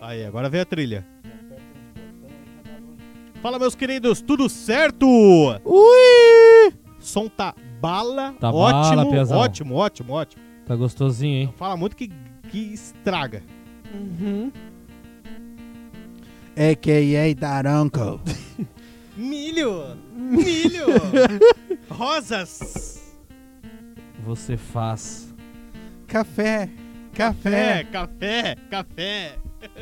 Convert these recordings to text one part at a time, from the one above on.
Aí, agora veio a trilha. Fala, meus queridos, tudo certo? Ui! Som tá bala, Tá ótimo, bala, Piazão. ótimo, ótimo, ótimo. Tá gostosinho, hein? Fala muito que, que estraga. AKA Daranco. Milho! Milho! Rosas! Você faz. Café. Café, Café. É, café, café!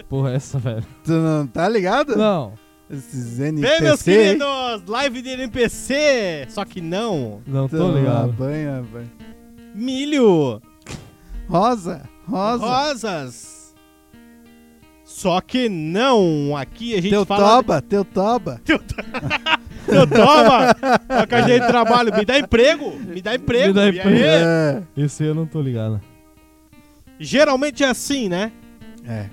Porra, essa, velho. Tu não tá ligado? Não, Esses Vem, meus NPC. hein? queridos! Live de NPC! Só que não! não tô Toma ligado. banho, banho. Milho! Rosa. Rosa. Rosas! Só que não! Aqui a gente Teu fala. toba. Teu toba. Teu toba! Só que Tá a gente trabalha. Me dá emprego! Me dá emprego! Me dá E emprego. aí? É. Esse eu não tô ligado. Geralmente é assim, né? É.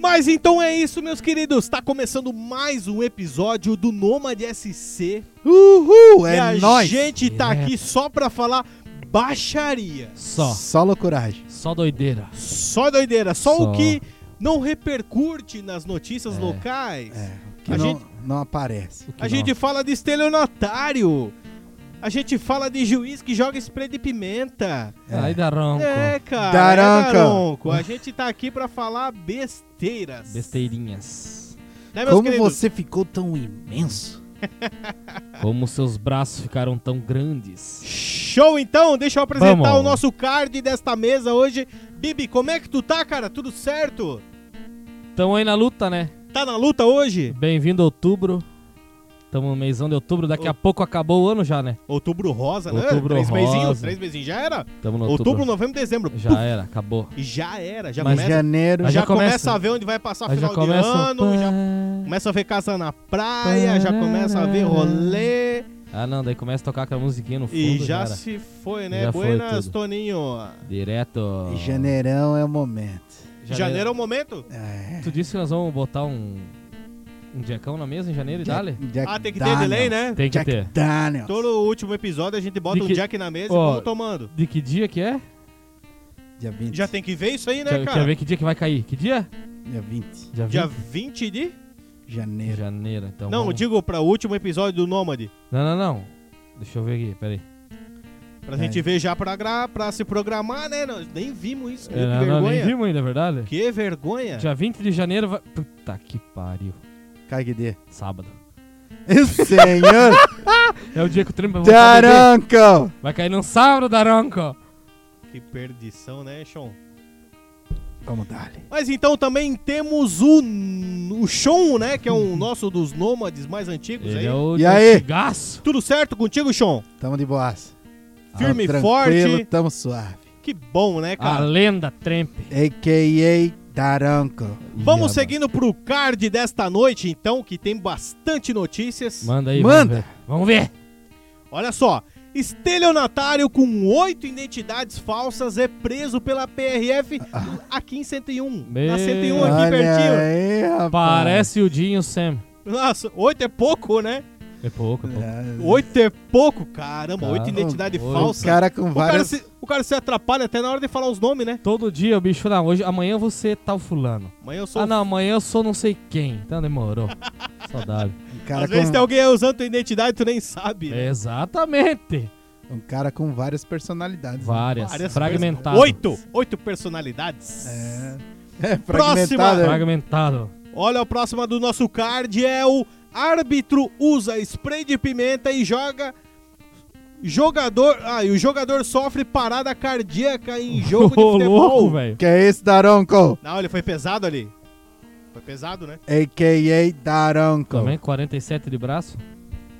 Mas então é isso, meus queridos. Tá começando mais um episódio do Nomad SC. Uhul. e É a nóis. gente tá É. aqui só pra falar baixaria. Só. Só loucuragem. Só doideira. Só doideira. Só, Só. o que não repercute nas notícias É. locais. É. Que A não, gente- não aparece. O que A não? gente fala de estelionatário. A gente fala de juiz que joga spray de pimenta. Ai, daronco. É, cara. é Daronco. daronco. A gente tá aqui pra falar besteiras. Besteirinhas. Né, meus Como queridos? você ficou tão imenso. Como seus braços ficaram tão grandes. Show então, deixa eu apresentar Vamos. o nosso card desta mesa hoje. Bibi, como é que tu tá, cara? Tudo certo? Tamo aí na luta, né? Tá na luta hoje? Bem-vindo a outubro. Tamo no mêsão de outubro. Daqui a pouco acabou o ano já, né? Outubro rosa, né? Outubro Três rosa. mesinhos, três mesinhos. Já era? Tamo no Outubro, outubro. novembro, dezembro. Já era, acabou. E já era, já Mas começa. Janeiro. Já, Mas já começa. começa a ver onde vai passar Aí já Tá final começa. de ano, o- já começa a ver casa na praia, já começa a ver rolê Ah, não, daí começa a tocar aquela musiquinha no fundo. e já era. se foi, né? Já foi Buenas, tudo. Toninho. Direto. Janeirão é o momento. Janeiro. é o momento? É. Tu disse que nós vamos botar um. Um Jackão na mesa em janeiro e dale? Jack Ah, tem que ter Daniels. delay, né? Tem que Jack ter. Daniels. Todo último episódio a gente bota De um que- jack na mesa Ó, e vamos tomando. De que dia que é? Dia 20. Já tem que ver isso aí, né, Quer- cara? Quer ver que dia que vai cair? Que dia? Dia 20. Dia 20 Dia 20 de. de Janeiro. janeiro. Então não, vamos... digo pra último episódio do Nômade. Não, não, não. Deixa eu ver aqui, peraí. Pra É. gente ver já pra, gra... pra se programar, né? Nós nem vimos isso. É, que não, não, nem vergonha. vimos ainda, é verdade? que vergonha. Dia 20 de janeiro vai. Puta que pariu. Cai que dê. Sábado. Senhor É o dia que o trem vai voltar a beber. Taranco! Vai cair num sábado, Daronco. Que perdição, né, Sean? Como dá-lhe? Mas então também temos o, o Sean, né? Que é um nosso dos nômades mais antigos aí. Ele é o E aí? antigaço. Tudo certo contigo, Sean? Tamo de boas. Firme e Tamo forte. Tranquilo, tamo suave. Que bom, né, A cara? lenda Trempe. A.K.A. Daranco. Vamos Ia, seguindo pro card desta noite, então, que tem bastante notícias. Manda aí, Manda. Vamos ver. Vamos ver. Olha só, estelionatário com oito identidades falsas é preso pela PRF aqui em 101. Ah. Meu- Na 101 aqui Olha pertinho. aí, rapaz. Parece o Dinho Sam. Nossa, oito é pouco, né? É pouco, é pouco. É, Oito é pouco, caramba, oito Caramba, identidades oito. falsas. O cara com O cara, várias... se, o cara se atrapalha até na hora de falar os nomes, né? Todo dia o bicho, não, hoje, amanhã você tá o fulano. Amanhã eu sou. um Ah, não, amanhã eu sou não sei quem. Então demorou. Saudável. Um Às cara, vezes tem com, alguém usando tua identidade e tu nem sabe. né? É, Exatamente. um cara com várias personalidades. né? Várias. Várias Fragmentado. perso- Oito! Oito personalidades. É. É Próxima. fragmentado. Fragmentado. Olha, a próxima do nosso card é o árbitro usa spray de pimenta e joga jogador, ah, e o jogador sofre parada cardíaca em jogo de Ô, louco, futebol. velho. Que é isso, Daronco? Não, ele foi pesado ali. Foi pesado, né? A.K.A. Então. Daronco. Também 47 de braço.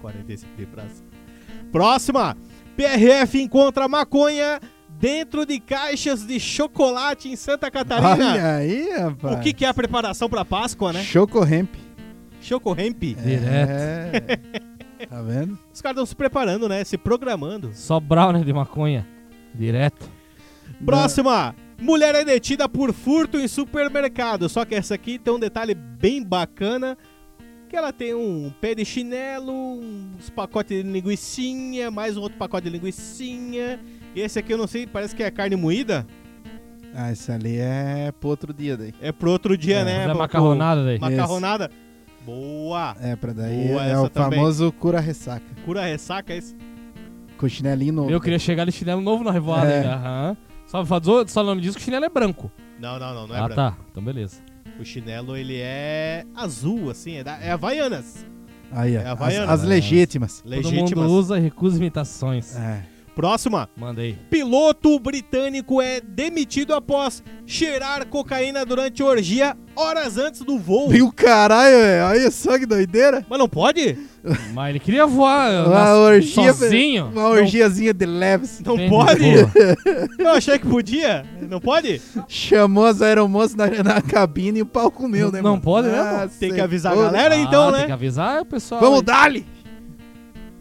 45 de praça. Próxima. PRF encontra maconha dentro de caixas de chocolate em Santa Catarina. Olha aí, rapaz. tá né? o que, que é a preparação pra Páscoa, né? Choco Hemp. Choco Hemp. Direto. É. Tá vendo? Os caras estão se preparando, né? Se programando. Só brownie de maconha. Direto. Próxima! Mulher é detida por furto em supermercado. Só que essa aqui tem um detalhe bem bacana. Que ela tem um pé de chinelo, uns pacotes de linguiçinha, mais um outro pacote de linguiçinha. E esse aqui eu não sei, parece que é carne moída. Ah, isso ali é pro outro dia daí. É pro outro dia, É, né? fazer a pro- macarronada daí. pro- Macarronada. Boa. É, pra daí Boa, é essa o também. famoso cura-ressaca. Cura ressaca é esse. Com chinelinho novo. Eu queria chegar de chinelo novo na revoada É. ainda. Aham. Só, só, só não me diz que o chinelo é branco. Não, não, não, não é ah, branco. tá. Então beleza. O chinelo ele é azul, assim, é, da, é Havaianas. Aí, ó, É as, Havaiana. as legítimas. Todo Legítimas. mundo usa e recusa imitações. É. Próxima. Manda aí. Piloto britânico é demitido após cheirar cocaína durante orgia horas antes do voo. E o caralho, velho. Olha só que doideira. Mas não pode? Mas ele queria voar Uma nas- orgia, sozinho. Uma orgiazinha de leves. Não Entende? pode? Boa. Eu achei que podia. Não pode? Chamou as aeromoças na, na cabine e o pau comeu, né? Não mano? pode, né, mano? Tem sei que avisar a todo. galera então, Ah, né? Tem que avisar o pessoal. Vamos aí. dali!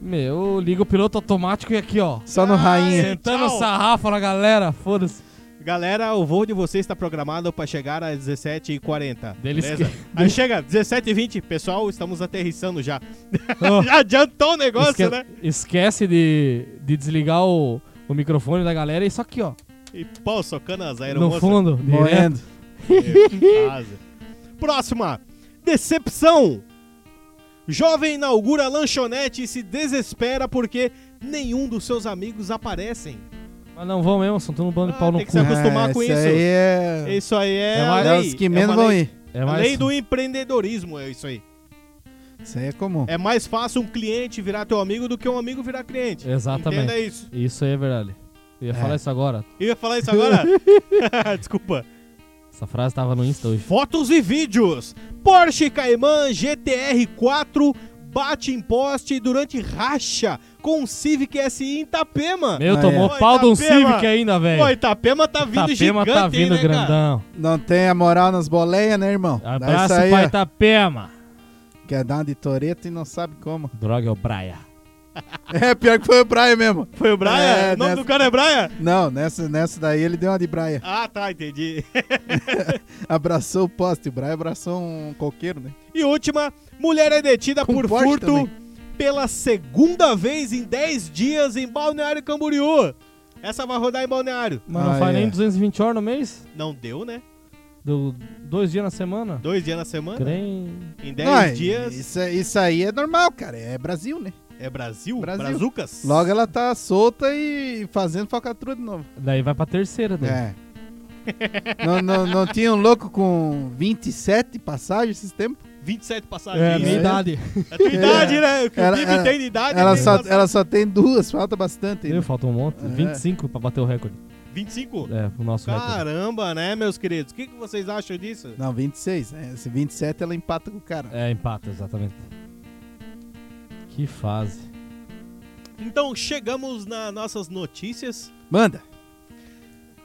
Meu, liga o piloto automático e aqui, ó. Só no Ai, rainha. Sentando tchau. o sarrafo na galera, foda-se. Galera, o voo de vocês está programado para chegar às 17h40. Deles beleza? Aí chega 17h20, pessoal, estamos aterrissando já. Ó, já adiantou o negócio, esque- né? Esquece de, de desligar o, o microfone da galera e só aqui, ó. E pau socando as no aeromoças. fundo. direto. Moendo. Meu, quase. Próxima. Decepção. Jovem inaugura lanchonete e se desespera porque nenhum dos seus amigos aparecem. Mas não vão mesmo, são todo um bando Ah, de pau no tem que cu. se acostumar Ah, com esse isso. Aí é... Isso aí é, É a mais- é lei. os que É menos uma vão lei- ir. É a mais. lei do empreendedorismo é isso aí. Isso aí é comum. É mais fácil um cliente virar teu amigo do que um amigo virar cliente. Exatamente. Entenda isso. Isso aí é verdade. Eu ia É. falar isso agora. Eu ia falar isso agora? Desculpa. Essa frase tava no Insta hoje. Fotos e vídeos. Porsche Cayman GTR 4 bate em poste durante racha com um Civic SI em Itapema. Meu, Ah, é. tomou Ô, pau de um Itapema. Civic ainda, velho. Pô, Itapema tá vindo Itapema gigante, tá vindo hein, né, cara? grandão. Não tem a moral nas boleias, né, irmão? Dá Abraço isso aí, pra tá- ó. Itapema. Quer dar uma de Toreto e não sabe como. Droga, é o Braia. É, pior que foi o Brian mesmo. Foi o Brian? É, o nome nessa- do cara é Brian? Não, nessa, nessa daí ele deu uma de Brian. Ah, tá, entendi. Abraçou o poste. O Brian abraçou um coqueiro, né? E última, mulher é detida Com por Porsche furto também. pela segunda vez em 10 dias em Balneário Camboriú. Essa vai rodar em Balneário. Mas não Ah, faz é. nem 220 horas no mês? Não deu, né? Do, dois dias na semana? Dois dias na semana. Crem. Em Não, é, 10 dias. Isso, isso aí é normal, cara. É Brasil, né? É Brasil? Brasil. Brazucas? Logo ela tá solta e fazendo falcatrua de novo. Daí vai pra terceira, daí. É. não, não, não tinha um louco com 27 passagens esses tempos? 27 passagens. É, É, Isso minha aí. idade. tua idade, né? O que Ela- o Bibi ela- tem de idade. Ela né? só, ela só tem duas, falta bastante. ainda. Ih, Falta um monte. É. 25 pra bater o recorde. 25? É, o nosso recorde. Caramba, né, meus queridos? O que, que vocês acham disso? Não, 26. Né? Se 27 ela empata com o cara. É, empata, exatamente. Que fase. Então, chegamos nas nossas notícias. Manda!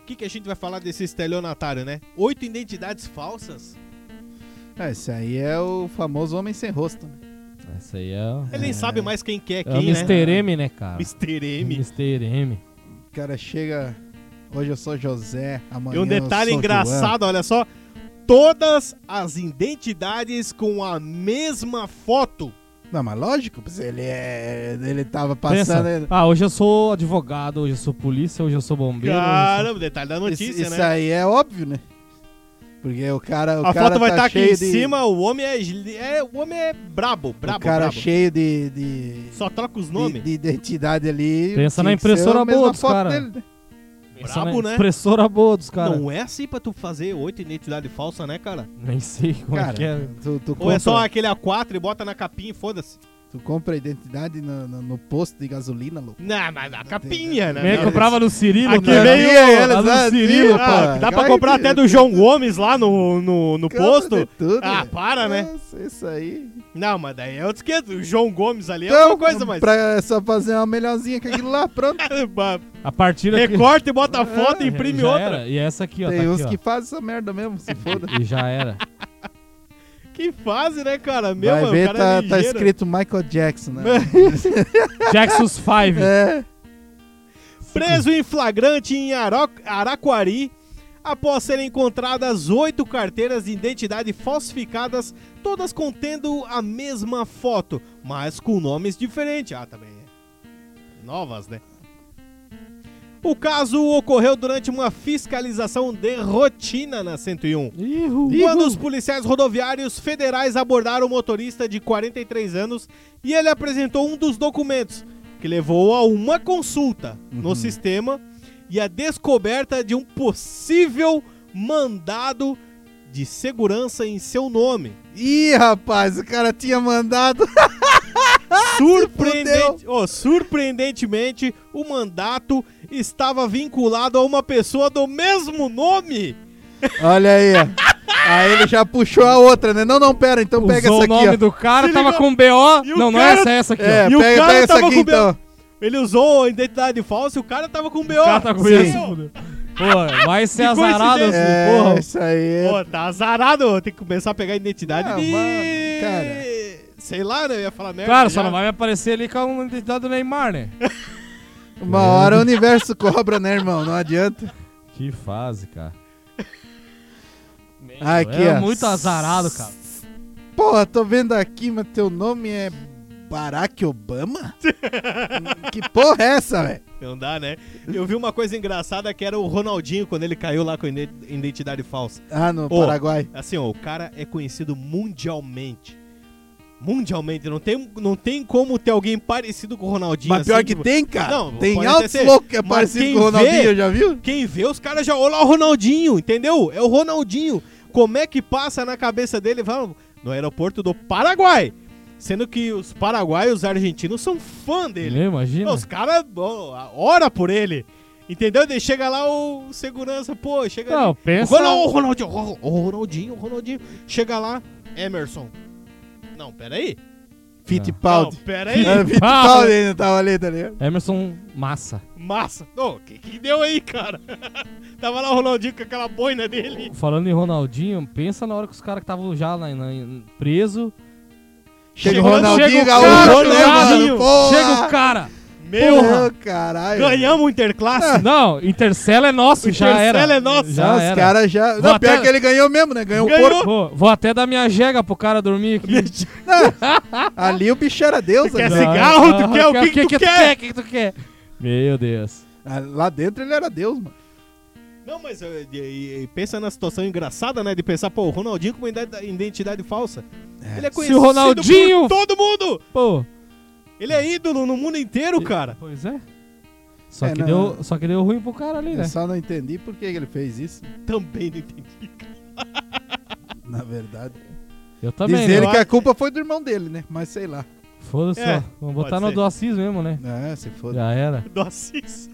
O que, que a gente vai falar desse estelionatário, né? Oito identidades falsas? Ah, esse aí é o famoso homem sem rosto. né? Essa aí é. Ele nem sabe mais quem que é É o quem, né? Mr. M, né, cara? Mr. M. Mr. M. O cara chega. Hoje eu sou José, amanhã. E um detalhe eu é. sou engraçado, olha só. Todas as identidades com a mesma foto. João. Não, mas lógico, pois ele é. Ele tava Pensa. passando. ele- Ah, hoje eu sou advogado, hoje eu sou polícia, hoje eu sou bombeiro. hoje eu sou- Caramba, detalhe da notícia, isso, isso né? aí é óbvio, né? Porque o cara. O a cara foto vai tá estar aqui cheio em de- cima, o homem é, gili- é- O homem é brabo, brabo, o cara brabo. cheio de. de... Só troca os de, nomes. de identidade ali. Pensa tinha na que ser a impressora mesma boa dos foto cara. dele, né? Pensa Brabo, na né? Impressora boa dos caras. Não é assim pra tu fazer oito identidades falsas, né, cara? Nem sei como Cara, é que é. tu, tu Ou compra, é só aquele A4 e bota na capinha e foda-se. tu compra a identidade no, no, no posto de gasolina, louco. Não, mas na capinha, né? Nem Não, comprava no Cirilo, né? Aqui cara. veio- a do ah, Cirilo, tira, Ah, pô. dá pra Cara, comprar tira, até do João Gomes lá no, no, no tira, posto. de tudo, Ah, velho. para, né? Nossa, Isso aí. Não, mas daí é outro esquema. O João Gomes ali é Então, uma coisa, mas... Tá pra é só fazer uma melhorzinha que aquilo lá, pronto. A partir aqui- Recorta e bota a foto e É, imprime já outra. era. E essa aqui, ó. Tem tá uns aqui, que fazem essa merda mesmo, se foda. ó. E já era. Que fase, né, cara? Meu, Vai mano, o ver, cara tá, é tá ligeiro. escrito Michael Jackson, né? Jackson's 5. é. Preso em flagrante em Aro- Araquari após serem encontradas oito carteiras de identidade falsificadas, todas contendo a mesma foto, mas com nomes diferentes. Ah, também é. Novas, né? O caso ocorreu durante uma fiscalização de rotina na 101. Ihu. Quando os policiais rodoviários federais abordaram o motorista de 43 anos e ele apresentou um dos documentos que levou a uma consulta no sistema e a descoberta de um possível mandado de segurança em seu nome. Ih, rapaz, o cara tinha mandado. Surpreendente, Ó, surpreendentemente, o mandato estava vinculado a uma pessoa do mesmo nome. Olha aí, ó. Aí ele já puxou a outra, né? Não, não, pera, então pega Usou essa o aqui. nome ó. do cara, Se tava liga- com BO. E o Não, não é cara- essa, é essa aqui, É, ó. E o pega, cara pega essa tava aqui com então. Ele usou a identidade falsa e o cara tava com BO. O cara tá com Sim. isso. fudeu. Pô, vai ser Que azarado. assim, coincidência. É, porra. isso aí. é- Pô, tá azarado. Tem que começar a pegar a identidade Ah, de... mano, cara. Sei lá, né? Eu ia falar merda. Claro, já. só não vai me aparecer ali com a identidade do Neymar, né? Uma hora o universo cobra, né, irmão? Não adianta. Que fase, cara. Meu, Aqui, é ó. muito azarado, cara. Porra, tô vendo aqui, mas teu nome é Barack Obama? que porra é essa, velho? Não dá, né? Eu vi uma coisa engraçada que era o Ronaldinho quando ele caiu lá com a ide- identidade falsa. Ah, no Ô. Paraguai. Assim, ó, o cara é conhecido mundialmente. Mundialmente. Não tem, não tem como ter alguém parecido com o Ronaldinho. Mas pior assim, que tipo- tem, cara. Não, tem pode altos até ser, loucos que é mas parecido quem com o Ronaldinho, vê- já viu? Quem vê, os caras já. Olha lá o Ronaldinho, entendeu? É o Ronaldinho. Como é que passa na cabeça dele? Vamos, no aeroporto do Paraguai. Sendo que os paraguaios os argentinos são fã dele. Meu, imagina. Os caras, ó, ora por ele. Entendeu? Daí chega lá o segurança, pô, chega Não, ali. pensa- O Ronal- o Ronaldinho, o o Ronaldinho, o Ronaldinho. Chega lá, Emerson. Não, peraí. Não, Fittipaldi. peraí. Era Fittipaldi ainda tava ali, tá ligado? Emerson Massa. Massa. Ô, que, que deu aí, cara? Tava lá o Ronaldinho com aquela boina dele. Falando em Ronaldinho, pensa na hora que os caras que estavam já na, na- preso. Chega o Chegando- Ronaldinho chega o Gaúcho, cara, né, mano? Ronaldinho. Porra! Chega o cara! Meu, Porra, caralho. ganhamos o Interclasse. Não, Intercela é nosso, já era. Intercela é nosso. Já Não, os era. caras já. Vou Não, pior até- que ele ganhou mesmo, né? Ganhou o Ganhou. Pô, corpo. vou até dar minha jega pro cara dormir aqui. Ali o bicho era Deus, quer né? ser- cigarro? Tu quer? O que que tu quer? O que que tu quer? Meu Deus. Ah, Lá dentro ele era Deus, mano. Não, mas eh, e- e- pensa na situação engraçada, né? De pensar, pô, o Ronaldinho com uma ide- identidade falsa. Ele é Se o conhecido por Ronaldinho- todo mundo. Pô. Ele é ídolo no mundo inteiro, cara. Pois é. Só, É, que não, deu, não. só que deu ruim pro É cara ali, né? Eu só não entendi por que ele fez isso, Também não entendi. na verdade. Eu também, Diz ele né? que a culpa foi do irmão dele, né? Mas sei lá. Foda-se, É, ó. Vamos botar pode no ser. do Assis mesmo, né? Ah, se foda. Já era. Do Assis.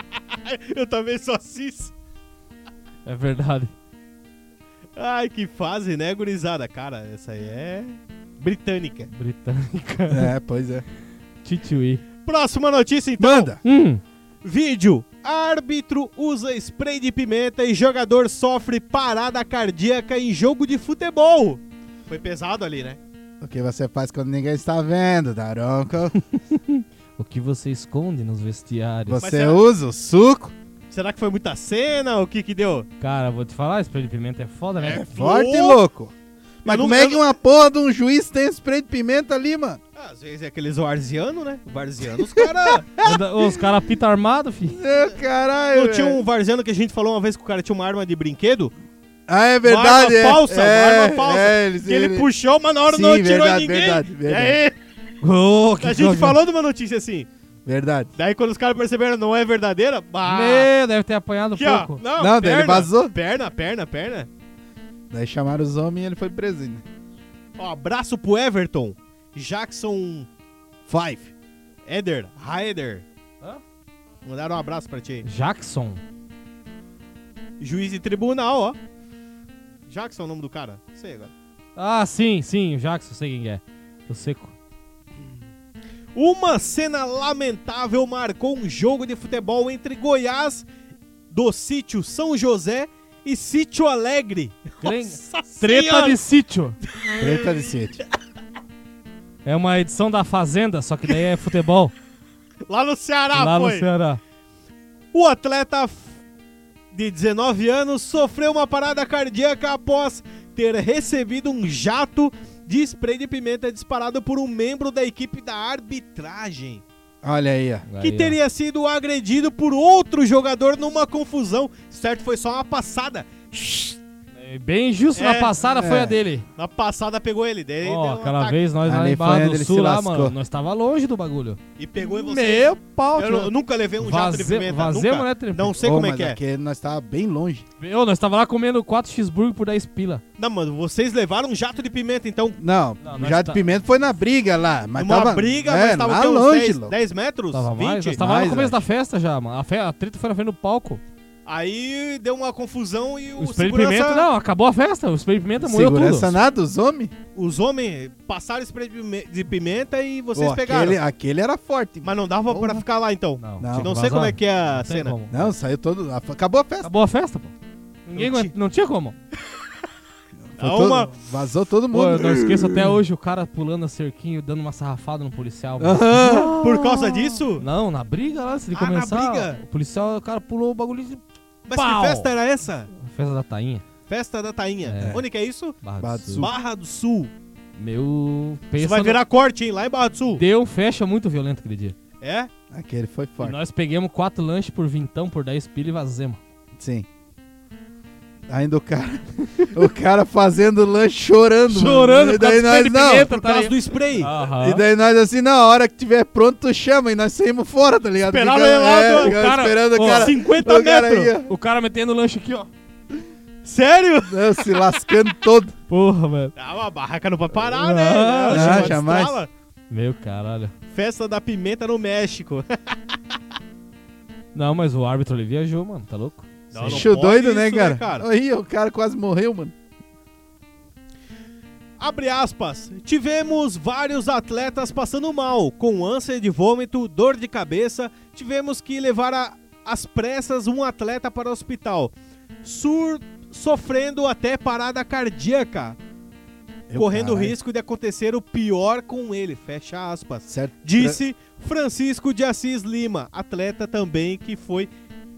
Eu também sou Assis. É verdade. Ai, que fase, né, gurizada? Cara, essa aí é britânica. Britânica. É, pois é. Titiwi. Próxima notícia, então. Manda! Hum. Vídeo. Árbitro usa spray de pimenta e jogador sofre parada cardíaca em jogo de futebol. Foi pesado ali, né? O que você faz quando ninguém está vendo, Daronco? O que você esconde nos vestiários? Você será- usa o suco? Será que foi muita cena? O que que deu? Cara, vou te falar, spray de pimenta é foda, né? É. Forte e Ô! louco. Mas Eu não- como é eu que não- uma porra de um juiz tem spray de pimenta ali, mano? Às vezes é aqueles varzianos, né? Varzianos, os cara... Anda- Ô, Os caras pita armado, fi. Meu caralho. Não É. tinha velho. um varziano que a gente falou uma vez que o cara tinha uma arma de brinquedo? Ah, é verdade. Uma é. arma falsa, uma é, arma falsa. é, ele- Que ele ele- puxou, mas na hora Sim, não atirou verdade, em ninguém. verdade, verdade. É, Ô, que a gente coisa- falou de uma notícia assim. Verdade. Daí quando os caras perceberam não é verdadeira, bah, Meu, deve ter apanhado Ah. um aqui, ó. pouco. Não, Não, daí perna, ele vazou. perna, perna, perna. Daí chamaram os homens e ele foi preso. Né? Ó, abraço pro Everton, Jackson Five. Eder, Raeder. Hã? Mandaram um abraço pra ti. Jackson. Juiz de tribunal, ó. Jackson é o nome do cara? Não sei agora. Ah, sim, sim, o Jackson, sei quem é. O seco. Uma cena lamentável marcou um jogo de futebol entre Goiás, do sítio São José e Sítio Alegre. Gran- Nossa Treta Senhora! de sítio. Preta de sítio. É uma edição da Fazenda, só que daí é futebol. Lá no Ceará, lá Ah, foi. no Ceará. O atleta f- de 19 anos sofreu uma parada cardíaca após ter recebido um jato de spray de pimenta disparado por um membro da equipe da arbitragem. Olha aí, ó. que Aí, ó. teria sido agredido por outro jogador numa confusão. Certo, foi só uma passada. É, Bem justo É, na passada foi é. a dele. Na passada pegou ele, daí ele Ó, deu um aquela ataque vez nós lá Ali em foi Barra onde do ele Sul se lá, lascou. mano, nós tava longe do bagulho. e pegou em você. Meu pau, Eu, tio. nu- nunca levei um jato de Vaze- pimenta. vazemos, nunca. né, Tri? Não sei Ô, como é mas que é. aqui nós tava bem longe. Ô, nós tava lá comendo 4 cheeseburger por 10 pila. Não, mano, vocês levaram um jato de pimenta, então. Não, Não, o nós Jato tá- Pimenta foi na briga lá. Mas numa tava, briga, é, mas tava lá o quê? uns longe, 10, louco. 10 metros? Tava 20? mais? Nós tava lá Mais, no começo eu da festa já, mano. A, fe- a treta foi na frente do palco. Aí deu uma confusão e O, o spray de segurança- pimenta, não, acabou a festa. O spray de pimenta moeu tudo. Segurança nada, os homens. Os homens passaram spray de pime- de pimenta e vocês Ô, pegaram. Aquele, aquele era forte. Mas não dava pra Porra. ficar lá então. Não, Não, tinha que sei vazar. como é que é a Não tem cena. como. Não, saiu todo. Acabou a festa. Acabou a festa, pô. Ninguém Não aguenta- não tinha como. Foi Dá todo- uma- Vazou todo Pô, eu mundo. não esqueço até hoje o cara pulando a cerquinho, dando uma sarrafada no policial. mano. Aham. Por causa disso? Não, na briga lá, se ele Ah, na começar, briga? o policial, o cara pulou o bagulho de Mas Pau. que festa era essa? festa da tainha. Festa da Tainha. É. Onde que é isso? Barra do Barra do Sul. Sul. Barra do Sul. Meu, Isso pensa vai no- virar corte, hein? Lá em Barra do Sul. Deu um fecha muito violento aquele dia. É? Aquele foi E forte. nós pegamos quatro lanches por vintão, por 10 pila e vazemos. Sim. Ainda o cara. o cara fazendo lanche chorando. mano. Chorando E por causa daí do nós pé de não. pimenta. Por Tá aí. causa do spray. Aham. E daí nós assim, na hora que tiver pronto, tu chama e nós saímos fora, tá ligado? Esperava Ficamos- ele lá, é, o ficamos cara- esperando o ó, cara. 50 o cara metros. ia, O cara metendo lanche aqui, ó. Sério? né, se lascando todo. Porra, velho. Ah, uma barraca não pode parar, Não, né? não, chegou a jamais. destrala. Meu caralho. Festa da pimenta no México. Não, mas o árbitro ele viajou, mano. Tá louco? Não, não Bicho pode doido, isso, né, né, cara? cara? Aí, o cara quase morreu, mano. Abre aspas. Tivemos vários atletas passando mal, com ânsia de vômito, dor de cabeça. Tivemos que levar a- às pressas um atleta para o hospital, sur- sofrendo até parada cardíaca, Eu, correndo o caralho. risco de acontecer o pior com ele. Fecha aspas. Certo. Disse Francisco de Assis Lima, atleta também que foi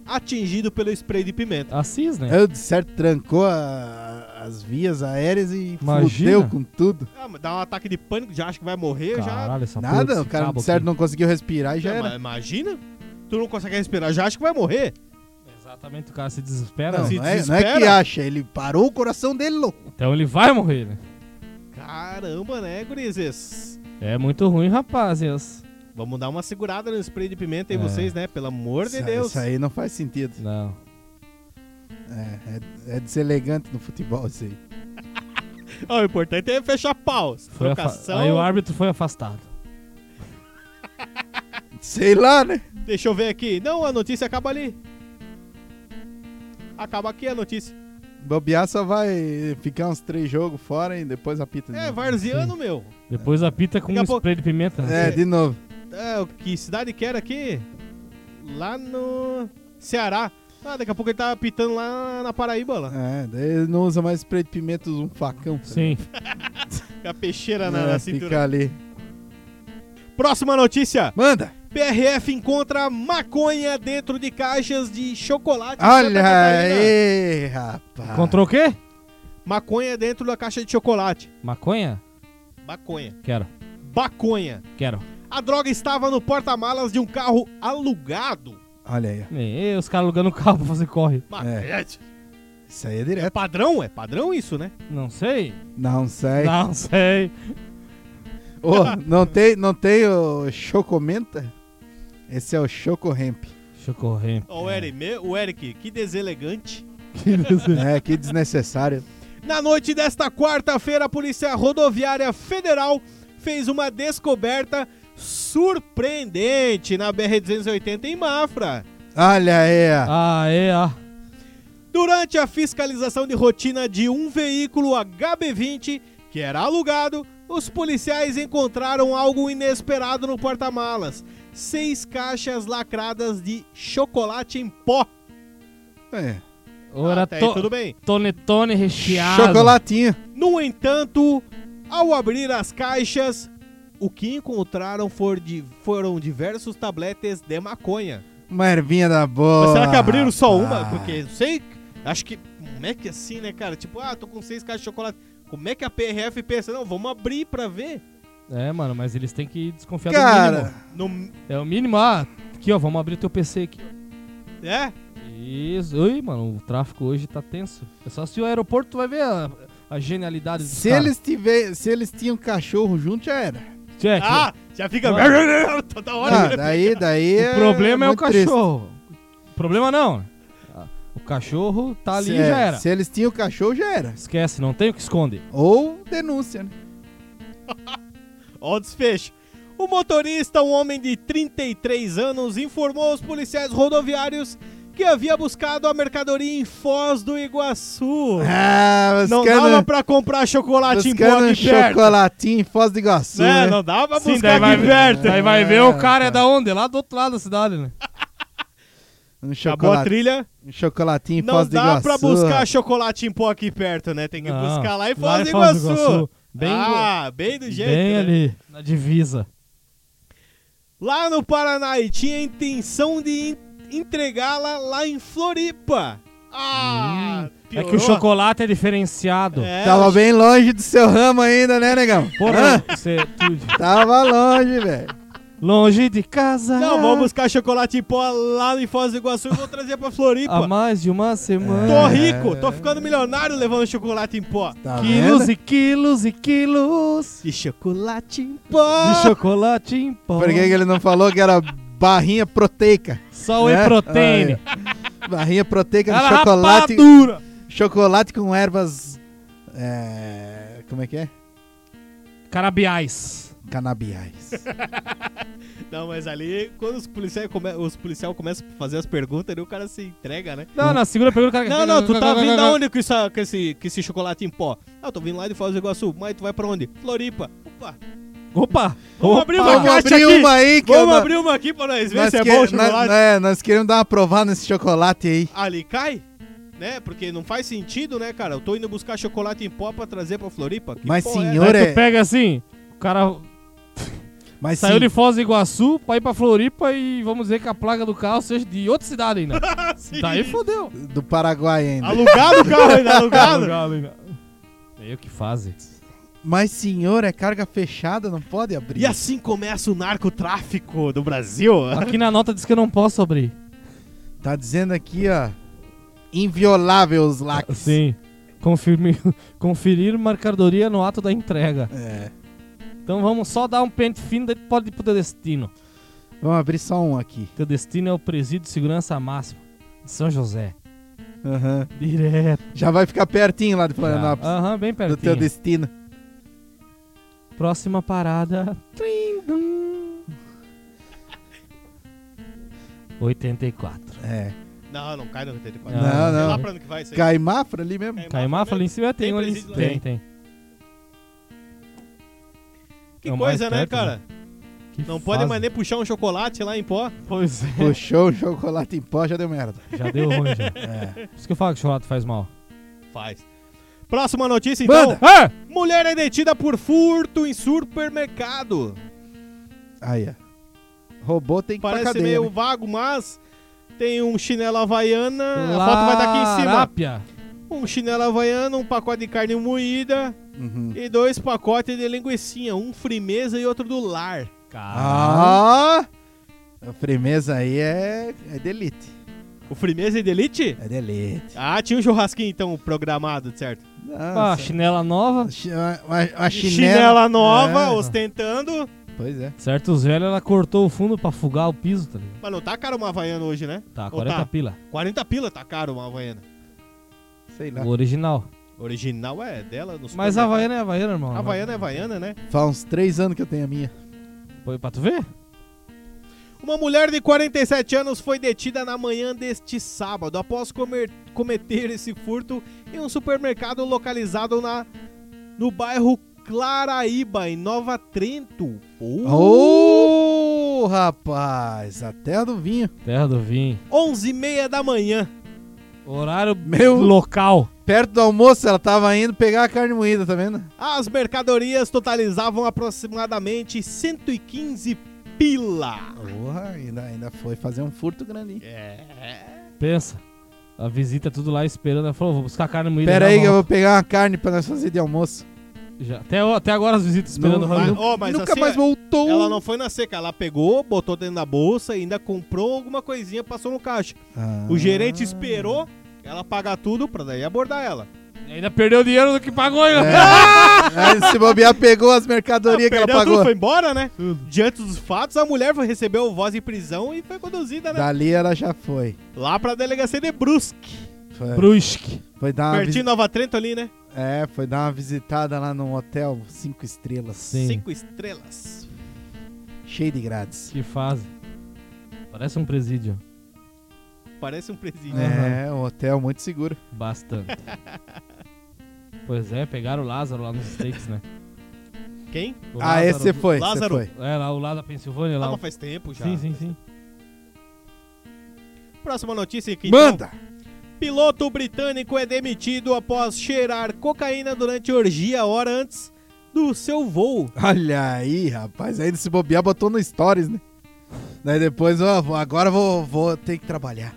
atingido pelo spray de pimenta. Assis, né? Eu, de certo, trancou a- as vias aéreas e Imagina. fudeu com tudo. Ah, mas dá um ataque de pânico, já acha que vai morrer, já Caralho, essa porra Nada, desse o cara, cabo de certo, aqui. não conseguiu respirar e já Não, era. mas Imagina? Tu não consegue respirar, já acha que vai morrer. Exatamente, o cara se desespera. Não, se né? não é, não é desespera. que acha, ele parou o coração dele, louco. Então ele vai morrer, né? Caramba, né, gurizes? É muito ruim, rapazes. Vamos dar uma segurada no spray de pimenta aí, É. vocês, né? Pelo amor de Isso- Deus. Isso aí não faz sentido. né? Não. É, é- é deselegante no futebol isso aí. Ó, o importante é fechar pau. Foi afa- Trocação. Aí o árbitro foi afastado. Sei lá, né? Deixa eu ver aqui. Não, a notícia acaba ali. Acaba aqui a notícia. Bobear só vai ficar uns três jogos fora e depois apita. de É, novo. Varziano, meu. Depois apita com Daqui a um pouco- spray de pimenta. né? É, de novo. É, o que cidade que era aqui? Lá no Ceará. Ah, daqui a pouco ele tá pitando lá na Paraíba, lá. É, daí não usa mais spray de pimenta, usa um facão. tá Sim. Com a peixeira na, ligado? na É, cintura. fica ali. Próxima notícia. Manda! PRF encontra maconha dentro de caixas de chocolate. em Santa Olha Catarina. aí, rapaz. Encontrou o quê? Maconha dentro da caixa de chocolate. Maconha? Maconha. Quero, Baconha. quero. A droga estava no porta-malas de um carro alugado. Olha aí. ó. E os caras alugando o carro pra fazer corre. Mas É. é Isso aí é direto. padrão, é padrão isso, né? Não sei. Não sei. Não, Não sei. não tem, não tem o Chocomenta? Esse é o Choco Ramp. Deixa eu correr. Ó, o, Eric, me- o Eric, que deselegante. É, que desnecessário. Na noite desta quarta-feira, a Polícia Rodoviária Federal fez uma descoberta surpreendente na BR-280 em Mafra. Olha aí. ó. Ah, é, ah. Durante a fiscalização de rotina de um veículo HB20 que era alugado, os policiais encontraram algo inesperado no porta-malas: seis caixas lacradas de chocolate em pó. Ah, É. Ora, Até aí, to- tudo bem. tonetone recheado. Chocolatinho. No entanto, ao abrir as caixas, o que encontraram for di- foram diversos tabletes de maconha. Uma ervinha da boa. Mas será que abriram só uma? Ah, rapaz. Porque eu sei. Acho que. Como é que assim, né, cara? Tipo, ah, tô com seis caixas de chocolate. Como é que a PRF pensa? Não, vamos abrir pra ver. É, mano, mas eles têm que desconfiar do mínimo. Cara, No... É o mínimo, ah, aqui ó, vamos abrir teu PC aqui. É? Isso, ui, mano, o tráfico hoje tá tenso. É só se o aeroporto tu vai ver a, a genialidade dos se caras. eles, tiver, se eles tinham cachorro junto, já era. Check. Ah, já fica. Toda hora. É. Ah, daí, daí. o problema é, o muito triste. cachorro. Problema não. Ah, O cachorro tá ali se, e já era. É, Se é- eles tinham cachorro, já era. Esquece, não tem o que esconder. Ou denúncia, né? Ó o desfecho. O motorista, um homem de 33 anos, informou aos policiais rodoviários que havia buscado a mercadoria em Foz do Iguaçu. Ah, os Não dava caras pra comprar chocolate em pó buscando um aqui perto. chocolatinho em Foz do Iguaçu. É, né? não dava pra Sim, buscar aqui perto. Aí vai É, ver o cara é cara. da onde? Lá do outro lado da cidade, né? Acabou Um, a chocolate, trilha. um chocolatinho em Não Foz do dá Iguaçu. pra buscar chocolate em pó aqui perto, né? Tem que Não, buscar lá em Foz lá do em Foz do Iguaçu. Iguaçu. Bem- ah, bem do jeito. Bem né? ali, na divisa. Lá no Paraná e tinha a intenção de en- entregá-la lá em Floripa. Ah, É que o chocolate é diferenciado. É, Tava o- bem longe do seu ramo ainda, né, negão? Porra, você... tu- Hã? Tava longe, velho. longe de casa. Não, vamos buscar chocolate em pó lá em Foz do Iguaçu e vou trazer pra Há Floripa. mais de uma Tô semana. rico, tô ficando milionário levando chocolate em pó. Tá Quilos vendo? e quilos e quilos De chocolate em de pó. chocolate em pó. Por que, né? que ele não falou que era barrinha proteica? Só o né? proteína. Barrinha proteica de Era chocolate. é rapadura. Chocolate com ervas. É, como é que é? Carabiais. Canabiais. Não, mas ali, quando os policiais, come... os policiais começam a fazer as perguntas, ali o cara se entrega, né? Não, na segunda pergunta, cara. Não, não, tu tá vindo aonde com, isso, com, esse, com esse chocolate em pó? Ah, eu tô vindo lá de Foz do Iguaçu. Mas tu vai pra onde? Floripa. Opa, Opa! Vamos opa. abrir uma Vamos caixa abrir aqui. uma aí, que eu vamos não- abrir uma aqui pra nós ver nós se é que- bom o nós- chocolate. né, nós queremos dar uma provada nesse chocolate aí. Ali cai, né? Porque não faz sentido, né, cara? Eu tô indo buscar chocolate em pó pra trazer pra Floripa. Que Mas porra é? senhor- Aí Ore. tu pega assim, o cara Mas saiu sim, de Foz do Iguaçu pra ir pra Floripa e vamos dizer que a placa do carro seja de outra cidade ainda. Ah, sim. Daí fodeu. do Paraguai ainda. Alugado o carro ainda, alugado. Eu que fazem. Mas senhor, é carga fechada, não pode abrir. E assim começa o narcotráfico do Brasil. Aqui na nota diz que eu não posso abrir. Tá dizendo aqui, ó. Inviolável os Ah, lacres. Sim. Confirme- conferir mercadoria no ato da entrega. É. Então vamos só dar um pente fino, daí tu pode ir pro teu destino. Vamos abrir só um aqui. Teu destino é o presídio de segurança máxima de São José. Aham. Direto. Já vai ficar pertinho lá de Florianópolis. Aham, bem do Ah, pertinho. teu destino. Próxima parada. Trim, dum. 84. É. Não, não cai no 84. Não, não. Lá pra onde que vai isso aí? É, Caimafra ali mesmo. Cai Caimafra ali em cima tem, Tem um ali. presídio lá? Tem, tem. Que É o mais coisa, né, perto, cara? Que Não pode fase. mais nem puxar um chocolate lá em pó. Pois é. Puxou o chocolate em pó, já deu merda. Já deu ruim já. É. Por isso que eu falo que chocolate faz mal. Faz. Próxima notícia, então. Manda. Ah! Mulher é detida por furto em supermercado. Aí, ó. Robô tem que ir pra Parece cadeia. meio né? vago, mas tem um chinelo havaiana. A foto vai tá estar aqui em cima. Larápia. Um chinelo havaiano, um pacote de carne moída Uhum. e dois pacotes de linguiçinha. Um frimeza e outro do lar. Caralho. Ah! A firmeza aí é, é delite. O frimeza e delite? É delite. Ah, tinha um churrasquinho, então, programado, certo? Ah, Nossa. chinela nova. Chi- Uma, uma- Chinela, uma chinela. nova, É. ostentando. Pois é. Certo, os velhos, ela cortou o fundo pra fugar o piso, tá ligado? Mas não tá caro uma havaiana hoje, né? Tá, Ou 40 tá? pila. 40 pila tá caro uma Havaiana. Sei lá. O original. Original é dela no Mas supermercado. a Havaiana é Havaiana, irmão. Havaiana é Havaiana, né? Faz uns três anos que eu tenho a minha. Foi pra tu ver? Uma mulher de 47 anos foi detida na manhã deste sábado após comer- cometer esse furto em um supermercado localizado na, no bairro Claraíba, em Nova Trento. Oh. Ô, Uh! rapaz! A terra do vinho. Terra do vinho. 11h30 da manhã. Horário Meu- local. Perto do almoço, ela tava indo pegar a carne moída, tá vendo? As mercadorias totalizavam aproximadamente 115 pila. Porra, ainda, ainda foi fazer um furto grande. É. Pensa. A é visita tudo lá esperando. Ela falou, vou buscar carne moída. Pera já aí que eu volto. vou pegar uma carne pra nós fazer de almoço. Já. Até, até agora as visitas esperando o Não, Ramiro. Mas, ó, mas Nunca assim, mais voltou. Ela não foi na seca, ela pegou, botou dentro da bolsa e ainda comprou alguma coisinha, passou no caixa. Ah. O gerente esperou ela pagar tudo pra daí abordar ela. Ainda perdeu o dinheiro do que pagou. hein? É. Aí, se bobear, pegou as mercadorias que ela Ah, Perdeu tudo, pagou. foi embora, né? Diante dos fatos, a mulher foi- recebeu voz em prisão e foi conduzida, né? Dali ela já foi. Lá pra delegacia de Brusque. Foi, Brusque. foi dar uma Pertinho de Nova Trento ali, né? visi- É, foi dar uma visitada lá num hotel cinco estrelas. Sim. Cinco estrelas. Cheio de grades. Que fase. Parece um presídio. Parece um presídio. É, um hotel muito seguro. Bastante. pois é, pegaram o Lázaro lá nos States, né? Quem? O ah, esse você do- foi, você Lázaro. foi. É, lá o Lázaro da Pensilvânia. Ah, Lá, mas faz tempo já. sim, sim, sim. Próxima notícia aqui. então. Manda! Piloto britânico é demitido após cheirar cocaína durante orgia hora antes do seu voo. Olha aí, rapaz. Ainda se bobear, botou no stories, né? Daí depois, ó, vou- agora vou, vou ter que trabalhar.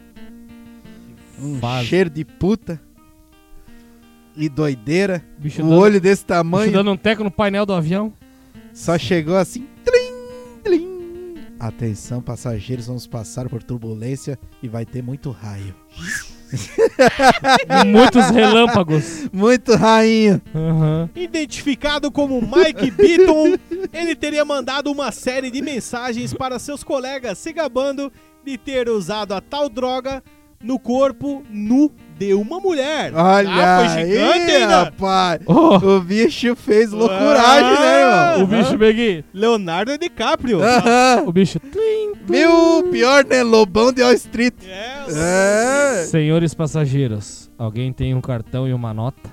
Um Fase. cheiro de puta. E doideira. Bicho o dando- Um olho desse Bicho tamanho. dando um teco no painel do avião. Só chegou assim. Trim, trim. Atenção, passageiros, vamos passar por turbulência e vai ter muito raio. com muitos relâmpagos. Muito rainho. Aham. Identificado como Mike Beaton, ele teria mandado uma série de mensagens para seus colegas se gabando de ter usado a tal droga no corpo nu de uma mulher. Olha ah, foi gigante aí, ainda. rapaz. Oh, O bicho fez loucuragem, né, irmão? o bicho, Begui. Leonardo DiCaprio. Aham. O bicho. Tlim. Meu pior, né? Lobão de All Street. É. É. Senhores passageiros, alguém tem um cartão e uma nota?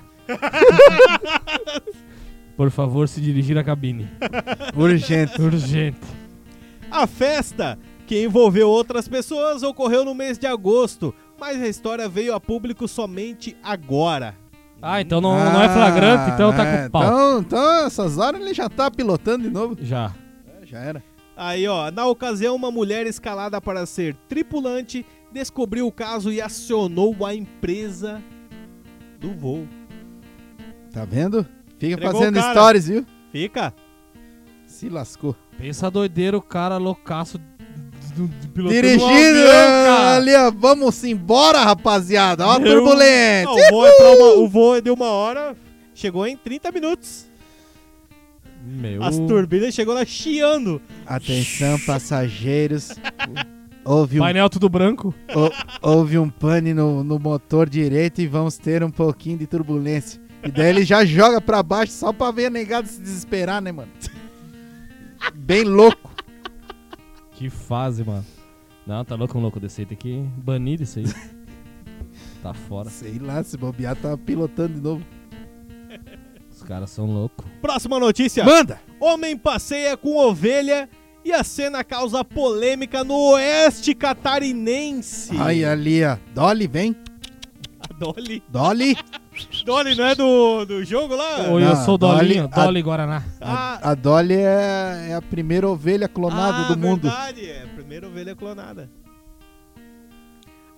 Por favor, se dirigir à cabine. Urgente. Urgente. A festa, que envolveu outras pessoas, ocorreu no mês de agosto, mas a história veio a público somente agora. Ah, então não, não é flagrante, então tá é, com pau. Então, então, essas horas ele já tá pilotando de novo. Já. É, já era. Aí, ó, na ocasião, uma mulher escalada para ser tripulante descobriu o caso e acionou a empresa do voo. Tá vendo? Fica Entregou fazendo o cara. stories, viu? Fica. Se lascou. Pensa doideiro, o cara loucaço do, do pilotando um Dirigindo né? avião, cara. ali, ó. Vamos embora, rapaziada. Ó, a Eu- Não, turbulência. o, voo é pra uma- o voo é de uma hora, chegou em 30 minutos. Meu. As turbinas chegou lá chiando. Atenção, passageiros. Houve um, Painel tudo branco. hou- houve um pane no, no motor direito e vamos ter um pouquinho de turbulência. E daí ele já joga pra baixo só pra ver a negada se desesperar, né, mano? Bem louco. Que fase, mano. Não, tá louco, um louco desse aí. Tem que banir isso aí. tá fora. Sei lá, se bobear, tá pilotando de novo. Os caras são loucos. Próxima notícia. Manda! Homem passeia com ovelha e a cena causa polêmica no oeste catarinense. Aí ali, ó. Dolly, vem. A Dolly. Dolly. Dolly não é do, do jogo lá? Oi, eu não, sou o Dolinho, Dolly- a- Dolly Guaraná. Ah, A Dolly é, é a primeira ovelha clonada ah, do mundo. verdade. É, a primeira ovelha clonada.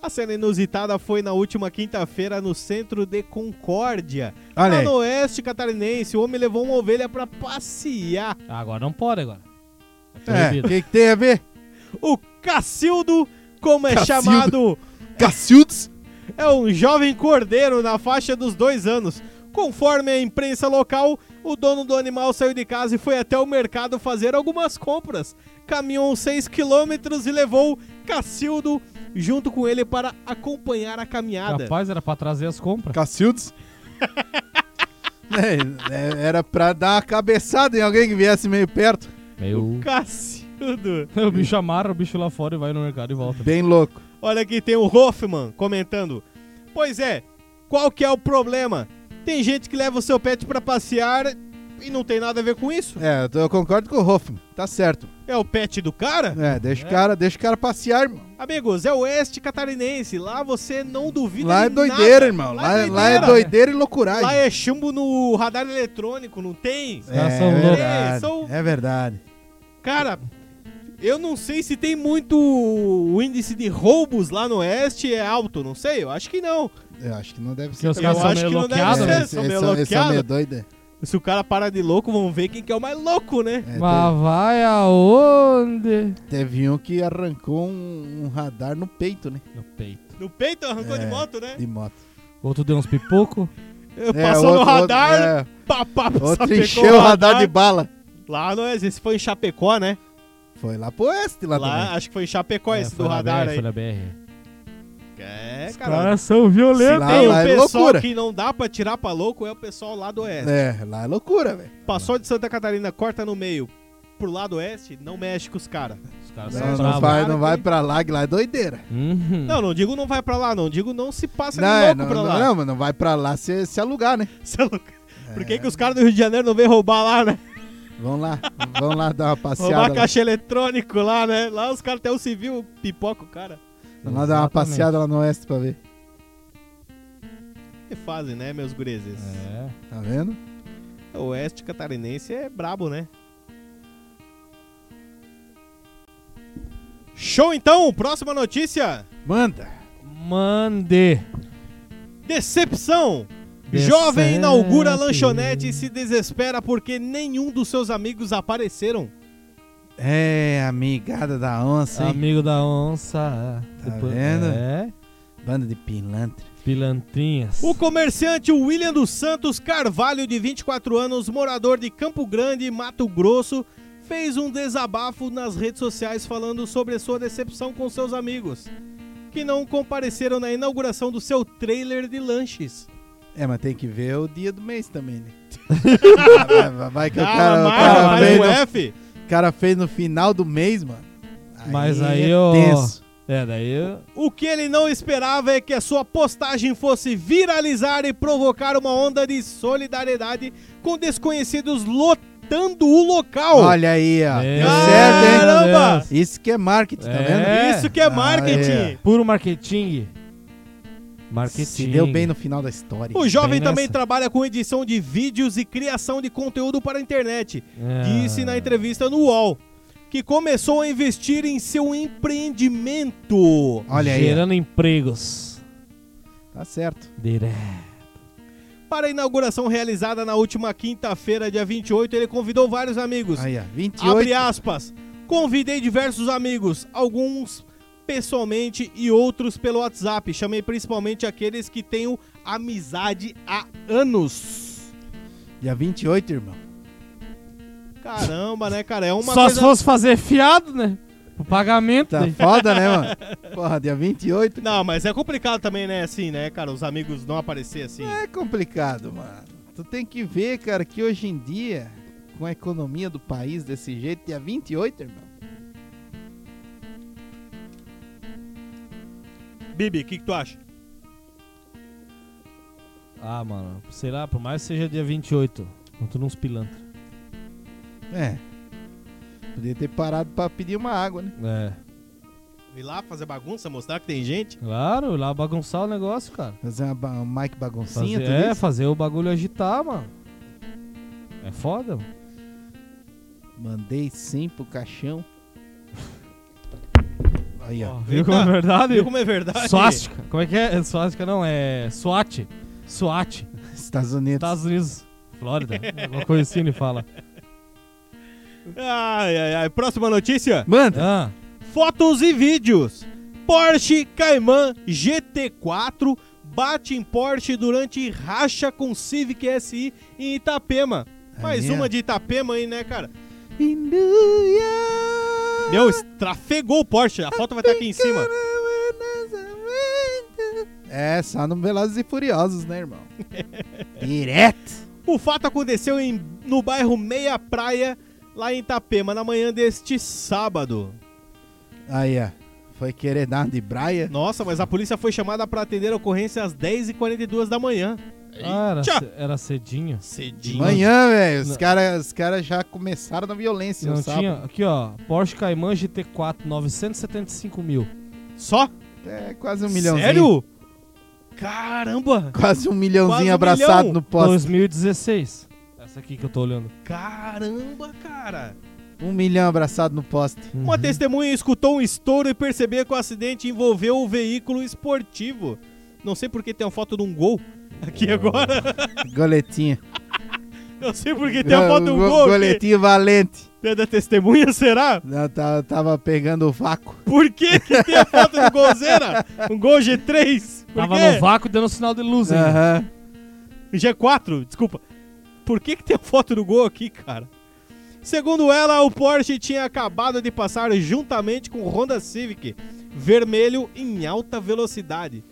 A cena inusitada foi na última quinta-feira no centro de Concórdia. Olha lá aí. no oeste catarinense, o homem levou uma ovelha pra passear. Ah, agora não pode agora. É Tá É, o proibido. que, que tem a ver? O Cacildo, como é Cacildo. chamado, Cacildes? é um jovem cordeiro na faixa dos dois anos. Conforme a imprensa local, o dono do animal saiu de casa e foi até o mercado fazer algumas compras. Caminhou 6 quilômetros e levou Cacildo junto com ele para acompanhar a caminhada. Rapaz, era pra trazer as compras. Cacildes? É, é, era pra dar uma cabeçada em alguém que viesse meio perto. Meu. Cacildo! O bicho amarra o bicho lá fora e vai no mercado e volta. Bem louco. Olha aqui, tem o Hoffman comentando. Pois é, qual que é o problema? Tem gente que leva o seu pet para passear e não tem nada a ver com isso? É, eu tô- eu concordo com o Hoffman. Tá certo. É o pet do cara? É, deixa o cara, deixa o cara passear, irmão. Amigos, é o Oeste Catarinense. Lá você não duvida Lá é de nada. doideira, irmão. Lá, lá é doideira e loucuragem. Lá é chumbo no radar eletrônico, não tem? Os caras são loucos. É, são- verdade. É verdade. Cara, eu não sei se tem muito o índice de roubos lá no Oeste é alto, não sei, eu acho que não. Eu acho que não deve Porque ser. os caras Eu são acho meio que não deve bloqueados, ser. né? são meio esse é loqueado. meio doido. Se o cara para de louco, vão ver quem que é o mais louco, né? É, Mas vai aonde? teve, teve um que arrancou um, um radar no peito, né? No peito. No peito arrancou de É. moto, né? De moto. Outro deu uns pipoco. Eu É, Passou outro- no radar, Outro, pá, pá, é, outro sapecou encheu o radar de bala. Lá não é, esse foi em Chapecó, né? Foi lá pro oeste, lá, Lá, também. acho que foi em Chapecó É, esse foi do na radar BR, aí. Foi na BR. É, Os cara. caras são violentos. lá- Tem um lá é pessoal loucura. que não dá pra tirar pra louco, é o pessoal lá do oeste. É, lá é loucura, velho. Passou de Santa Catarina, corta no meio. Pro lado oeste, não mexe com os caras. Hum. Os caras Não, são não bravos. vai, não que- vai pra lá, que lá é doideira. Uhum. Não, não digo não vai pra lá, não. Digo não se passa não, de é, louco não, pra não, lá. não, mas não vai pra lá se, se alugar, né? Cê é louco. Por que, que os caras do Rio de Janeiro não vêm roubar lá, né? Vão lá, vão lá dar uma passeada. Roubar Lá. caixa eletrônico lá, né? Lá os caras até o civil pipoca o cara. Vão lá dar uma Exatamente. passeada lá no oeste pra ver. Que fazem, né, meus grezes? É. Tá vendo? É. O oeste catarinense é brabo, né? Show então, próxima notícia. Manda. Mande. Decepção! Jovem inaugura lanchonete e se desespera porque nenhum dos seus amigos apareceram. É, amigada da onça, hein? Amigo da onça. Tá Depois- vendo? É. Banda de pilantra. Pilantrinhas. O comerciante William dos Santos Carvalho, de 24 anos, morador de Campo Grande, Mato Grosso, fez um desabafo nas redes sociais falando sobre a sua decepção com seus amigos, que não compareceram na inauguração do seu trailer de lanches. É, mas tem que ver o dia do mês também, né? Vai- vai- vai que o cara, o marca, cara vai fez o no, um F. o cara fez no final do mês, mano. Mas aí, é ó, tenso. É, daí eu... O que ele não esperava é que a sua postagem fosse viralizar e provocar uma onda de solidariedade com desconhecidos lotando o local. Olha aí, ó. Meu Ah, Deu certo, hein? Caramba! Deus. Isso que é marketing, tá vendo? É. Isso que é Ah, marketing. é. Puro marketing. Marketing. Se deu bem no final da história. O jovem Bem nessa. também trabalha com edição de vídeos e criação de conteúdo para a internet, Ah. É. disse na entrevista no UOL, que começou a investir em seu empreendimento. Olha aí. ó. Gerando empregos. Tá certo. Direto. Para a inauguração realizada na última quinta-feira, dia 28, ele convidou vários amigos. Aí, ó. Abre 28. aspas. Convidei diversos amigos, alguns pessoalmente e outros pelo WhatsApp. Chamei principalmente aqueles que tenho amizade há anos. Dia 28, irmão. Caramba, né, cara? É uma Só se coisa... fosse fazer fiado, né? O pagamento. Tá né? foda, né, mano? Porra, dia 28. Não, mas é complicado também, né, assim, né, cara? Os amigos não aparecer assim. É complicado, mano. Tu tem que ver, cara, que hoje em dia, com a economia do país desse jeito, dia 28, irmão. Bibi, o que, que tu acha? Ah, mano. Sei lá, por mais que seja dia 28. Estão tudo uns pilantras. É. Podia ter parado pra pedir uma água, né? É. Ir lá fazer bagunça, mostrar que tem gente? Claro, lá bagunçar o negócio, cara. Fazer uma, ba- um Mike baguncinha, Fazer, tudo é, isso. fazer o bagulho agitar, mano. É foda, mano. Mandei sim pro caixão. Aí, ó. Viu como é Eita, verdade? Viu como é verdade? Swastika. Como é que é? É Swastika não, é SWAT. SWAT. Estados Unidos. Estados Unidos. Flórida. Alguma coisa assim ele fala. Ai, ai, ai. Próxima notícia. Manda! Ah, Fotos e vídeos. Porsche Cayman GT4 bate em Porsche durante racha com Civic SI em Itapema. Mais Aí, ó. uma de Itapema aí, né, cara? Hallelujah. Meu, trafegou o Porsche. A foto vai estar aqui em cima. É, só no Velozes e Furiosos, né, irmão? Direto! O fato aconteceu em- no bairro Meia Praia, lá em Itapema, na manhã deste sábado. Aí, ó. Foi querer dar uma de braia. Nossa, mas a polícia foi chamada para atender a ocorrência às 10h42 da manhã. ah, era, Eita! ce- era cedinho. Cedinho. Manhã, velho. Os Não. caras os cara já começaram na violência. Não no sábado. tinha. Aqui, ó. Porsche Cayman GT4, 975 mil. Só? É, quase um milhãozinho. Sério? Caramba! Quase um milhãozinho Quase um abraçado milhão. no poste. 2016. Essa aqui que eu tô olhando. Caramba, cara! Um milhão abraçado no poste. Uhum. Uma testemunha escutou um estouro e percebeu que o acidente envolveu o veículo esportivo. É. Não sei porque tem uma foto de um gol aqui agora. Goletinha. Eu sei porque tem a foto do Go- gol. que Goletinho valente. É da testemunha, será? Eu tava, tava pegando o vácuo. Por que, que tem a foto do golzeira? Um gol G3? Por Tava quê? no vácuo dando sinal de luz ainda. Aham. G4, desculpa. Por que, que tem a foto do gol aqui, cara? Segundo ela, o Porsche tinha acabado de passar juntamente com o Honda Civic, vermelho em alta velocidade.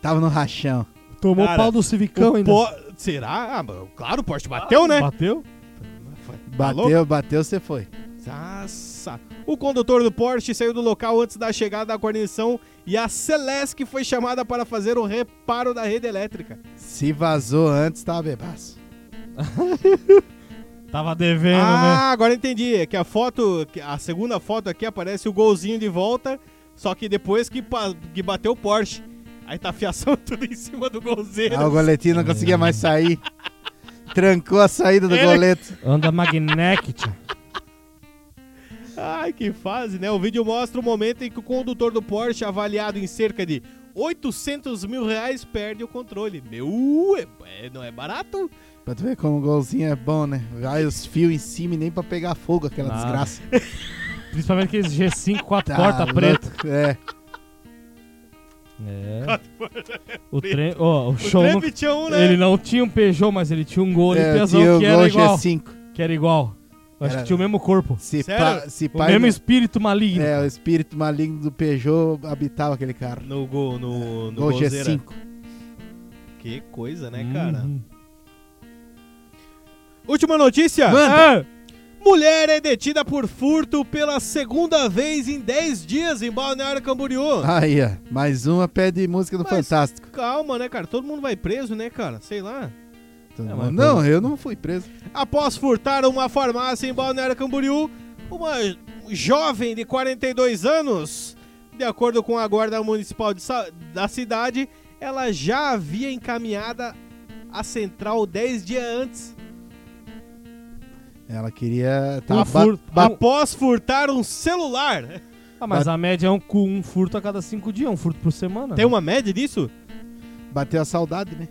Tava no rachão. Tá Tomou Cara, pau do Civicão O ainda. Po- Será? Ah, mas claro, o Porsche bateu, né? Bateu? Bateu, bateu, você foi. Nossa. O condutor do Porsche saiu do local antes da chegada da guarnição e a Celesc foi chamada para fazer o reparo da rede elétrica. Se vazou antes, tava bebaço. Tava devendo, né? ah, agora entendi. É que a foto, que a segunda foto aqui aparece o golzinho de volta, só que depois que, pa- que bateu o Porsche. Aí tá a fiação tudo em cima do golzinho. Ah, o goletinho não conseguia mais sair. Trancou a saída do Ele- goleto. Anda Magnec, tio. Ai, que fase, né? O vídeo mostra o momento em que o condutor do Porsche, avaliado em cerca de 800 mil reais, perde o controle. Meu, é- é- não é barato? Pra tu ver como o golzinho é bom, né? Vai os fios em cima e nem pra pegar fogo aquela Nada. desgraça. Principalmente aqueles G5 quatro Tá porta louco. preto. É. É. O trem, ó, o O show Trump não- tinha um, né? Ele não tinha um Peugeot, mas ele tinha um Gol é, Olimpezão tinha o que era gol igual. G5. Que era igual. Eu acho Era- que tinha o mesmo corpo. Se Sério? pá- se O pai mesmo não- espírito maligno. É, o espírito maligno do Peugeot habitava aquele carro. No gol, no, no Gol golzeira. G5. Que coisa, né, cara? Uhum. Última notícia. Manda. Mulher é detida por furto pela segunda vez em 10 dias em Balneário Camboriú. Ah. Aí, ó. Mais uma pede música do Mas- Fantástico. Calma, né, cara? Todo mundo vai preso, né, cara? Sei lá. Todo É, mundo- mas- Não, eu não fui preso. Após furtar uma farmácia em Balneário Camboriú, uma jovem de 42 anos, de acordo com a guarda municipal de sa- da cidade, ela já havia encaminhada à central 10 dias antes. Ela queria. Um Tava Tá, ba- furto. ba- Um- Após furtar um celular. Ah, mas a média é um, cu- um furto a cada cinco dias, um furto por semana. Tem uma média disso? Bateu a saudade, né?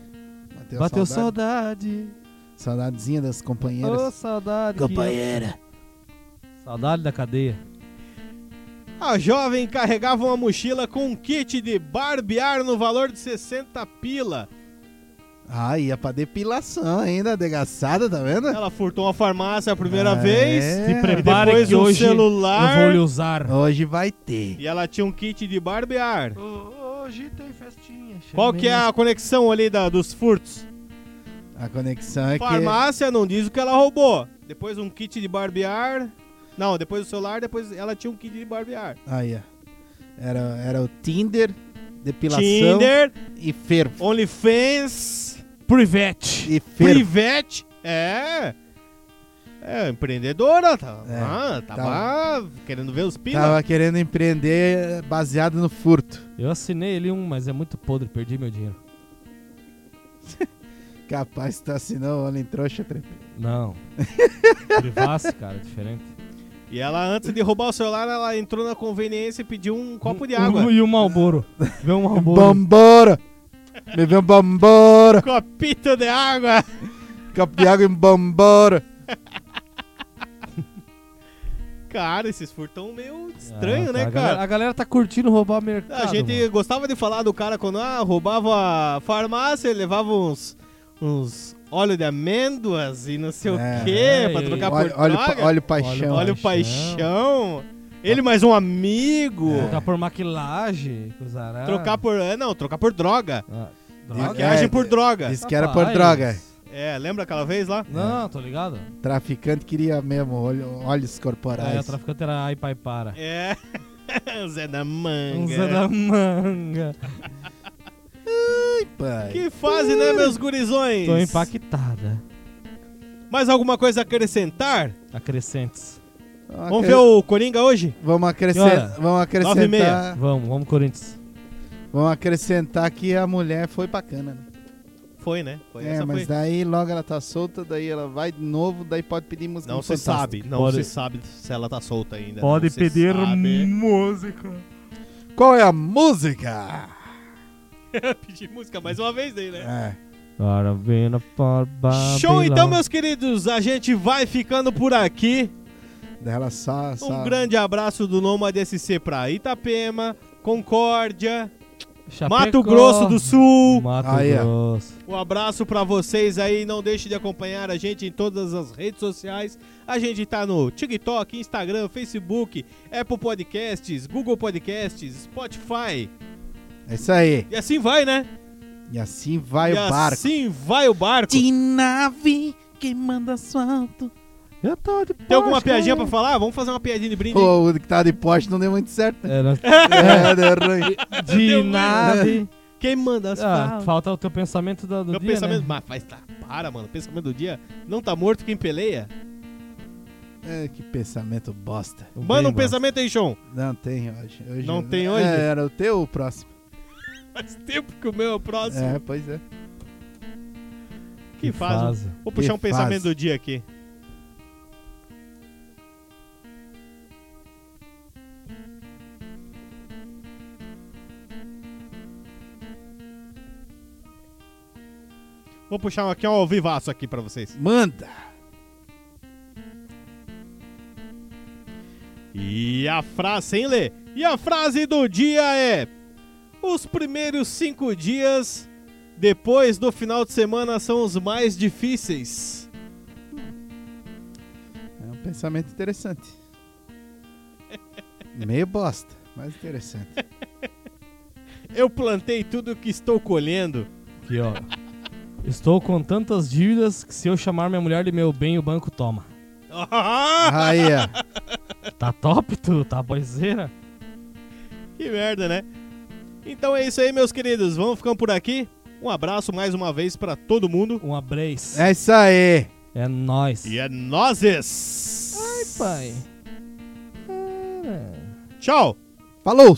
Bateu, Bateu a saudade. saudade. Saudadezinha das Ô, companheiras. saudade. que- Saudade da cadeia. A jovem carregava uma mochila com um kit de barbear no valor de 60 pila. Ah, ia pra depilação ainda, degaçada, tá vendo? Ela furtou uma farmácia a primeira É. vez. É, Se e prepare Depois que um hoje eu vou celular. lhe usar. Hoje vai ter. E ela tinha um kit de barbear. Hoje tem festinha. Qual que é a conexão ali da, dos furtos? A conexão é que. Farmácia não diz o que ela roubou. Depois um kit de barbear. Não, depois o celular, depois ela tinha um kit de barbear. Aí, ó. Era, era o Tinder, depilação Tinder, e fervo. OnlyFans, Privete. E fervo. Privet. É. É, empreendedora, tá, É, ah, tava querendo ver os pila. Tava querendo empreender eh, baseado no furto. Eu assinei ele um, mas é muito podre, perdi meu dinheiro. Capaz, tá assinando, olha, em trouxa, trepe. Não. Privasse, cara, é diferente. E ela, antes de roubar o celular, ela entrou na conveniência e pediu um copo de água. Um- e um malboro. Vê um malboro. Bambora! Me vê um bambora! Copito de água! Copo de água em bambora! Cara, esses furtão meio estranho, Ah, né, cara? a galera- a galera tá curtindo roubar o mercado. A gente mano. gostava de falar do cara quando ah, roubava a farmácia, levava uns, uns óleo de amêndoas e não sei É. o quê pra É, trocar Tá por Olha, olha, o pa- droga. olha o paixão. Olha o paixão. Ele mais um amigo. Trocar por maquilagem, coisa Trocar por. é, Não, trocar por droga. Ah, É, Maquiagem por droga. Diz que era por Rapaz. droga. É, lembra aquela vez lá? Não, tô ligado. Traficante queria mesmo olho- olhos Aí a tá corporais. traficante era ai, pai, para. É. Zé da Manga. Usa Um da manga. Pai. Que fase, né, meus gurizões? Tô impactada. Mais alguma coisa a acrescentar? Tá Acrescentes. Vamos ver o Coringa hoje? Vamos, acrescent- Que hora? vamos Nove e meia. acrescentar. Vamos, vamos, Corinthians. Vamos acrescentar que a mulher foi bacana, né? Foi, né? Foi É, essa mas foi. daí logo ela tá solta, daí ela vai de novo, daí pode pedir música. Não no se um sabe, Fantástico. não se Pode- sabe se ela tá solta ainda. Pode não se pedir sabe. música. Qual é a música? Pedir música mais uma vez aí, né? É. Aravena for Babylon. Show então, meus queridos. A gente vai ficando por aqui. Dela só, só- Um grande abraço do Nômade SC pra Itapema, Concórdia, Chapecó. Mato Grosso do Sul. Mato Aí, ó. Grosso. Um abraço pra vocês aí. Não deixe de acompanhar a gente em todas as redes sociais. A gente tá no TikTok, Instagram, Facebook, Apple Podcasts, Google Podcasts, Spotify. É isso aí. E assim vai, né? E assim vai e o barco. assim vai o barco. De nave que manda asfalto. Eu tô de Tem alguma piadinha pra falar? Ah, Vamos fazer uma piadinha de brinde. Pô, o que tá de poste não deu muito certo. né? É, nós... É, deu ruim. né? De nave. Quem manda um as Ah, falas? falta o teu pensamento do, do Meu dia, pensamento. né? Mas faz, tá, para, mano. Pensamento do dia. Não tá morto quem peleia? É, que pensamento bosta. Não Manda um vem, mano. pensamento aí, Sean. Não tem hoje. Hoje- Não tem hoje? É, era o teu ou o próximo. Faz tempo que o meu é o próximo. É, pois é. Que faz. fase. Vou puxar um Que fase. pensamento do dia aqui. Vou puxar aqui um ao vivaço aqui pra vocês. Manda. E a frase, sem ler. E a frase do dia é: Os primeiros cinco dias depois do final de semana são os mais difíceis. É um pensamento interessante. Meio bosta, mas interessante. Eu plantei tudo o que estou colhendo. Aqui, ó. Estou com tantas dívidas que se eu chamar minha mulher de meu bem, o banco toma. Aí, ó. Tá top, tu? Tá boiseira? que merda, né? Então é isso aí, meus queridos. Vamos ficando por aqui. Um abraço mais uma vez pra todo mundo. Um abraço. É, É isso aí. nóis. E é nozes! Ai, pai. Ah. Tchau! Falou!